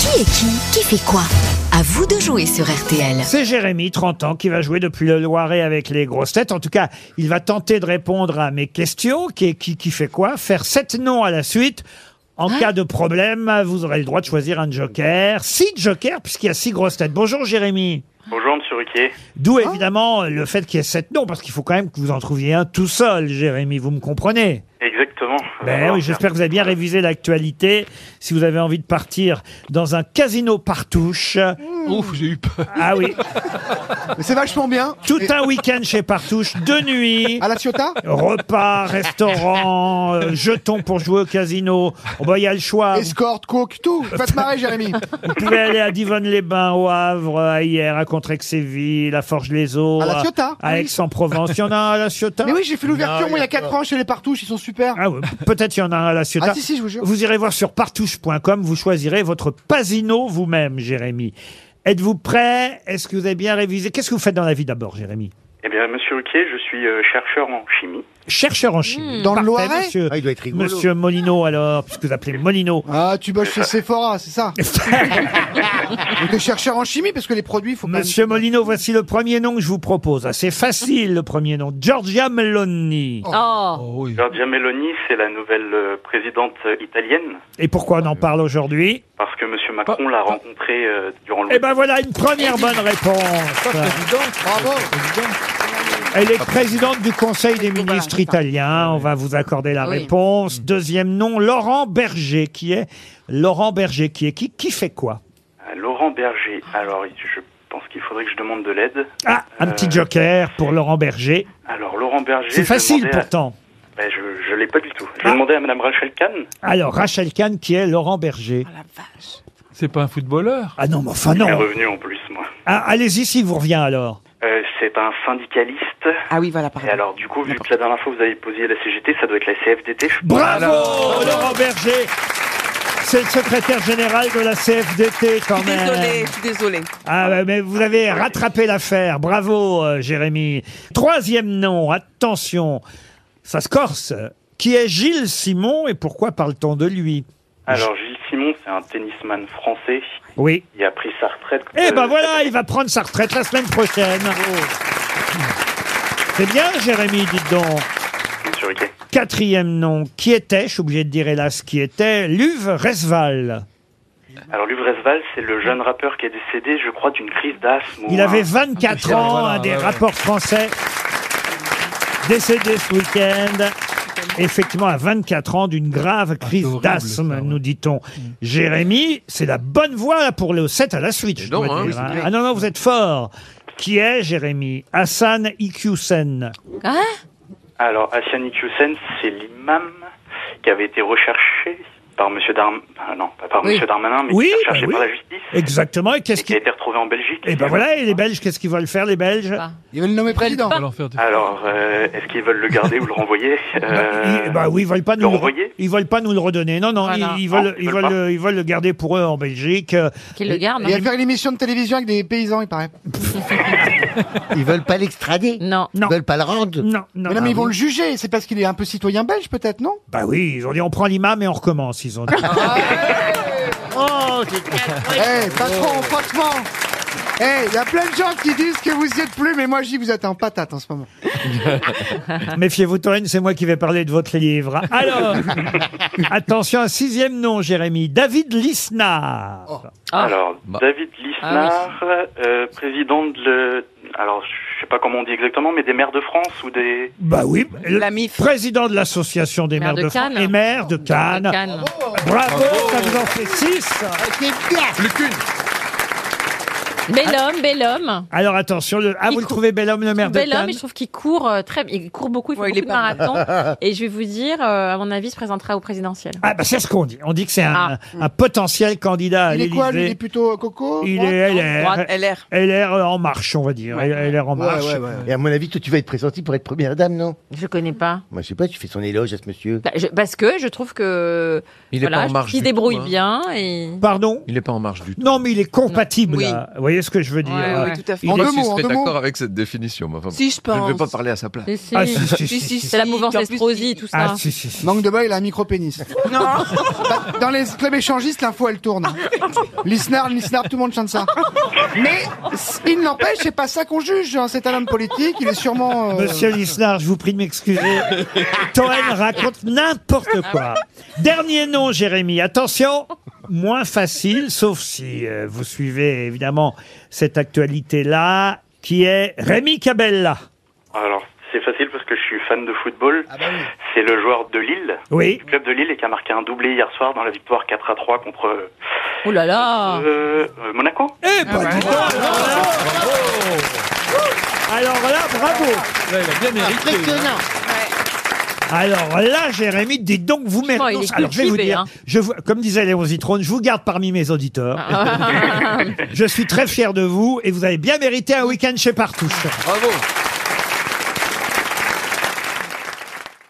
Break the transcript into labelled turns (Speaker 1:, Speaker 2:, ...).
Speaker 1: Qui est qui Qui fait quoi À vous de jouer sur RTL.
Speaker 2: C'est Jérémy, 30 ans, qui va jouer depuis le Loiret avec les grosses têtes. En tout cas, il va tenter de répondre à mes questions. Qui, est- qui, qui fait quoi Faire sept noms à la suite. En cas de problème, vous aurez le droit de choisir un joker. Six jokers, puisqu'il y a six grosses têtes. Bonjour Jérémy.
Speaker 3: Bonjour Monsieur Ruquier.
Speaker 2: D'où évidemment le fait qu'il y ait sept noms, parce qu'il faut quand même que vous en trouviez un tout seul, Jérémy, vous me comprenez
Speaker 3: Exactement.
Speaker 2: Ben
Speaker 3: Oh.
Speaker 2: oui, j'espère que vous avez bien révisé l'actualité. Si vous avez envie de partir dans un casino par touche,
Speaker 4: Ouf, j'ai eu peur.
Speaker 2: ah oui,
Speaker 5: Mais c'est vachement bien.
Speaker 2: tout un week-end chez Partouche, deux nuits,
Speaker 5: À la Ciotat
Speaker 2: repas, restaurant, euh, jetons pour jouer au casino. Oh bah, il y a le choix.
Speaker 5: Escorte, coke, tout. Faites marrer, Jérémy.
Speaker 2: Vous pouvez aller à Divonne-les-Bains, au Havre, à Hier, à Contrexéville, à Forge-les-Eaux,
Speaker 5: À La Ciotat.
Speaker 2: à Aix-en-Provence. Il y en a un à La Ciotat
Speaker 5: Mais oui, j'ai fait l'ouverture, moi, il y a 4 ans chez les Partouches, ils sont super.
Speaker 2: Ah oui, Peut-être il y en a un à La Ciotat.
Speaker 5: Ah si, si, je vous jure.
Speaker 2: Vous irez voir sur partouche.com, vous choisirez votre pasino vous-même, Jérémy. Êtes-vous prêt Est-ce que vous avez bien révisé Qu'est-ce que vous faites dans la vie d'abord, Jérémy
Speaker 3: Eh bien Monsieur Ruquier, je suis euh, chercheur en chimie.
Speaker 2: Chercheur en chimie.
Speaker 5: Dans le
Speaker 2: Mmh. Parfait,
Speaker 5: Loiret
Speaker 2: monsieur,
Speaker 6: Ah, il doit être rigolo.
Speaker 2: monsieur Molino, alors, puisque vous appelez Molino.
Speaker 5: Ah, tu bosses chez Sephora, c'est ça Et t'es chercheur en chimie, parce que les produits, faut quand même...
Speaker 2: Monsieur Molino, voici le premier nom que je vous propose. Ah, C'est facile, le premier nom. Giorgia Meloni. Ah.
Speaker 7: Ah.
Speaker 1: Oh
Speaker 4: Oh, oui.
Speaker 3: Giorgia Meloni, c'est la nouvelle euh, présidente euh, italienne
Speaker 2: Et pourquoi on en parle aujourd'hui
Speaker 3: parce que Monsieur Macron l'a rencontrée euh, durant le.
Speaker 2: Eh ben voilà, une première bonne réponse.
Speaker 5: Bravo
Speaker 2: Elle est présidente du Conseil des ministres italiens. On va vous accorder la
Speaker 1: Oui.
Speaker 2: réponse. Deuxième nom, Laurent Berger, qui est Laurent Berger, qui est qui Qui fait quoi
Speaker 3: Euh, Laurent Berger. Alors je pense qu'il faudrait que je demande de l'aide.
Speaker 2: Ah, un
Speaker 3: Euh.
Speaker 2: petit joker pour Laurent Berger.
Speaker 3: Alors Laurent Berger. je
Speaker 2: C'est
Speaker 3: vais
Speaker 2: facile
Speaker 3: demander à-
Speaker 2: pourtant.
Speaker 3: Ben, je je l'ai pas du tout. Je vais
Speaker 2: Ah.
Speaker 3: demander à Madame Rachel Kahn.
Speaker 2: Alors, Rachel Kahn, qui est Laurent Berger
Speaker 8: Bah,
Speaker 4: C'est pas un footballeur.
Speaker 2: Ah non, mais enfin
Speaker 3: Elle est
Speaker 2: non.
Speaker 3: revenue en plus moi.
Speaker 2: Ah, Allez-y si vous revient alors.
Speaker 3: Euh, c'est un syndicaliste.
Speaker 8: Ah oui, voilà,
Speaker 3: Et
Speaker 8: pardon.
Speaker 3: alors du coup, vu que la dernière fois vous avez posé la CGT, ça doit être la CFDT. je-
Speaker 2: Bravo, Laurent Berger c'est le secrétaire général de la CFDT
Speaker 8: Je
Speaker 2: quand
Speaker 8: suis
Speaker 2: même.
Speaker 8: désolée, je suis désolée.
Speaker 2: Ah, bah, mais vous avez rattrapé l'affaire. Bravo, euh, Jérémy. Troisième nom, attention, ça se corse. Qui est Gilles Simon et pourquoi parle-t-on de lui
Speaker 3: Alors Gilles Simon, c'est un tennisman français
Speaker 2: Oui.
Speaker 3: Il a pris sa retraite.
Speaker 2: Eh ben
Speaker 3: Euh,
Speaker 2: voilà, il va prendre sa retraite la semaine prochaine. C'est bien, Jérémy, dites donc.
Speaker 3: Monsieur Riquet.
Speaker 2: Quatrième nom, qui était, je suis obligé de dire hélas qui était, Luve Resval.
Speaker 3: Alors, Luvresval, c'est le jeune rappeur qui est décédé, je crois, d'une crise d'asthme. ou
Speaker 2: Il
Speaker 3: un-
Speaker 2: avait 24
Speaker 4: Ah,
Speaker 2: ans,
Speaker 4: voilà,
Speaker 2: un des
Speaker 4: ouais, ouais.
Speaker 2: rapports français, décédé ce week-end. Effectivement, à 24 ans d'une grave crise
Speaker 4: Ah, horrible,
Speaker 2: d'asthme,
Speaker 4: ça, ouais. Mm.
Speaker 2: nous dit-on. Jérémy, c'est la bonne voie là, pour le 7 à la suite. je
Speaker 4: donc,
Speaker 2: dois
Speaker 4: hein,
Speaker 2: dire,
Speaker 4: oui,
Speaker 2: hein. Ah non, non, vous êtes fort. Qui est Jérémy Hassan Iqiyoussen.
Speaker 3: Alors, Asian Hussein, c'est l'imam qui avait été recherché par Monsieur Darmanin. non, pas par Monsieur Darmanin, mais
Speaker 2: Oui,
Speaker 3: qui était recherché
Speaker 2: bah oui.
Speaker 3: par la justice.
Speaker 2: Exactement. Et qu'est-ce
Speaker 3: Et qui a
Speaker 2: qui.
Speaker 3: été retrouvé en Belgique.
Speaker 2: Eh ben voilà, et les Belges, qu'est-ce qu'ils veulent faire, les Belges
Speaker 5: Il veut le nommer président.
Speaker 4: On va leur faire des-
Speaker 3: Alors, euh, est-ce qu'ils veulent le garder ou le renvoyer Euh,
Speaker 2: Ils- bah oui, ils veulent pas nous
Speaker 3: le
Speaker 2: le,
Speaker 3: renvoyer
Speaker 2: ils veulent pas nous le redonner. Non, non,
Speaker 8: Voilà.
Speaker 2: ils, ils veulent,
Speaker 3: Non, ils
Speaker 2: ils
Speaker 3: veulent
Speaker 2: veulent, le- ils veulent le garder pour eux en Belgique. Euh,
Speaker 7: Qu'il le garde
Speaker 5: Il va faire une émission de télévision avec des paysans, il paraît.
Speaker 6: Ils veulent pas l'extrader.
Speaker 7: Non.
Speaker 2: Non.
Speaker 6: Ils veulent pas le rendre.
Speaker 2: Non, non.
Speaker 5: Mais non, mais ils vont le juger, c'est parce qu'il est un peu citoyen belge, peut-être, non
Speaker 2: Bah oui, ils ont dit on prend l'imam et on recommence, ils ont dit.
Speaker 6: Oh, c'est
Speaker 5: Eh, patron, franchement Eh, il y a plein de gens qui disent que vous y êtes plus, mais moi, je dis que vous êtes en patate en ce moment.
Speaker 2: Méfiez-vous, Toen, c'est moi qui vais parler de votre livre. Alors, attention, un sixième nom, Jérémy. David Lisnard.
Speaker 5: Oh.
Speaker 7: Ah.
Speaker 3: Alors,
Speaker 4: Bah.
Speaker 3: David Lisnard, euh, président de. le- Alors, je sais pas comment on dit exactement, mais des maires de France ou des.
Speaker 2: Bah oui. le
Speaker 8: La MIF.
Speaker 2: Président de l'association des maires
Speaker 7: Maire
Speaker 2: de,
Speaker 7: de
Speaker 2: France
Speaker 7: Cannes.
Speaker 2: et maire de Cannes.
Speaker 7: Cannes.
Speaker 2: Bravo, ça vous en fait six.
Speaker 6: bien.
Speaker 7: Bel homme, bel homme.
Speaker 2: Alors attention, le... ah,
Speaker 7: Il
Speaker 2: vous le
Speaker 7: cou-
Speaker 2: trouvez bel homme, le maire de
Speaker 7: Bel homme,
Speaker 2: Cannes
Speaker 7: et je trouve qu'il court euh, très bien. Il court beaucoup, il fait
Speaker 8: Ouais, il
Speaker 7: beaucoup
Speaker 8: est pas
Speaker 7: de marathons. et je vais vous dire, euh, à mon avis, il se présentera au présidentiel.
Speaker 2: Ah bah c'est ce qu'on dit. On dit que c'est un,
Speaker 7: Ah.
Speaker 2: un potentiel candidat à
Speaker 5: Il est quoi, lui Il est
Speaker 2: l'Élysée.
Speaker 5: plutôt coco
Speaker 2: Il
Speaker 5: droite
Speaker 2: est
Speaker 7: droite.
Speaker 2: LR.
Speaker 8: LR.
Speaker 2: LR en marche, on va dire. LR en
Speaker 5: Ouais,
Speaker 2: marche.
Speaker 5: ouais, ouais.
Speaker 6: Et à mon avis, toi, tu vas être pressenti pour être première dame, non
Speaker 7: Je connais pas.
Speaker 6: Moi, je sais pas, tu fais son éloge à ce monsieur.
Speaker 7: Bah, je- parce que je trouve que
Speaker 4: Il est
Speaker 7: voilà,
Speaker 4: pas en marge
Speaker 7: il
Speaker 4: du
Speaker 7: se débrouille
Speaker 4: tout, hein.
Speaker 7: bien et
Speaker 2: Pardon
Speaker 4: Il est pas en marche du tout.
Speaker 2: Non, mais il est compatible.
Speaker 8: Oui.
Speaker 2: là. Vous voyez, voyez ce que je veux dire hein.
Speaker 8: Ouais, ouais, tout à fait.
Speaker 5: En
Speaker 2: Il est-
Speaker 5: deux
Speaker 9: si je
Speaker 5: mots, en
Speaker 9: serais
Speaker 5: deux mots.
Speaker 9: d'accord avec cette définition. mais enfin,
Speaker 8: Si je
Speaker 9: je
Speaker 8: pense.
Speaker 9: ne vais pas parler à sa place.
Speaker 7: Mais si.
Speaker 2: Ah, si, si, si,
Speaker 8: Si, si,
Speaker 2: si.
Speaker 7: C'est la mouvance
Speaker 8: En plus,
Speaker 7: Estrosi
Speaker 8: il-
Speaker 7: tout ça.
Speaker 2: Ah, si, si, si.
Speaker 5: Manque de bas, il a un micro-pénis.
Speaker 8: Non,
Speaker 5: Bah, Dans les clubs échangistes, l'info elle tourne. Lisnard, Lisnard, tout le monde chante ça. Mais il n'empêche, c'est pas ça qu'on juge. hein. C'est un homme politique, il est sûrement. euh,
Speaker 2: Monsieur Lisnard, je vous prie de m'excuser. Toen raconte n'importe quoi. Dernier nom, Jérémy. Attention, moins facile, sauf si euh, vous suivez évidemment cette actualité-là, qui est Rémi Cabella.
Speaker 3: Alors, c'est facile parce que je suis fan de football.
Speaker 6: Ah bah oui.
Speaker 3: C'est le joueur de Lille,
Speaker 2: Oui,
Speaker 3: du club de Lille, et qui a marqué un doublé hier soir dans la victoire 4 à 3 contre euh,
Speaker 7: Oh là là
Speaker 3: euh, euh, Monaco.
Speaker 7: Ah,
Speaker 2: Eh ben, dis donc, alors là- Alors là, bravo
Speaker 4: Là, il a bien mérité.
Speaker 6: Impressionnant.
Speaker 2: Alors là, Jérémy, dites donc, vous
Speaker 7: Franchement, il
Speaker 2: méritez...
Speaker 7: est
Speaker 2: Alors je vais vous
Speaker 7: cultivé,
Speaker 2: dire,
Speaker 7: hein.
Speaker 2: je vous- comme disait Léon Zitrone, je vous garde parmi mes auditeurs.
Speaker 7: Ah,
Speaker 2: Euh, Je suis très fier de vous et vous avez bien mérité un week-end chez Partouche.
Speaker 9: Bravo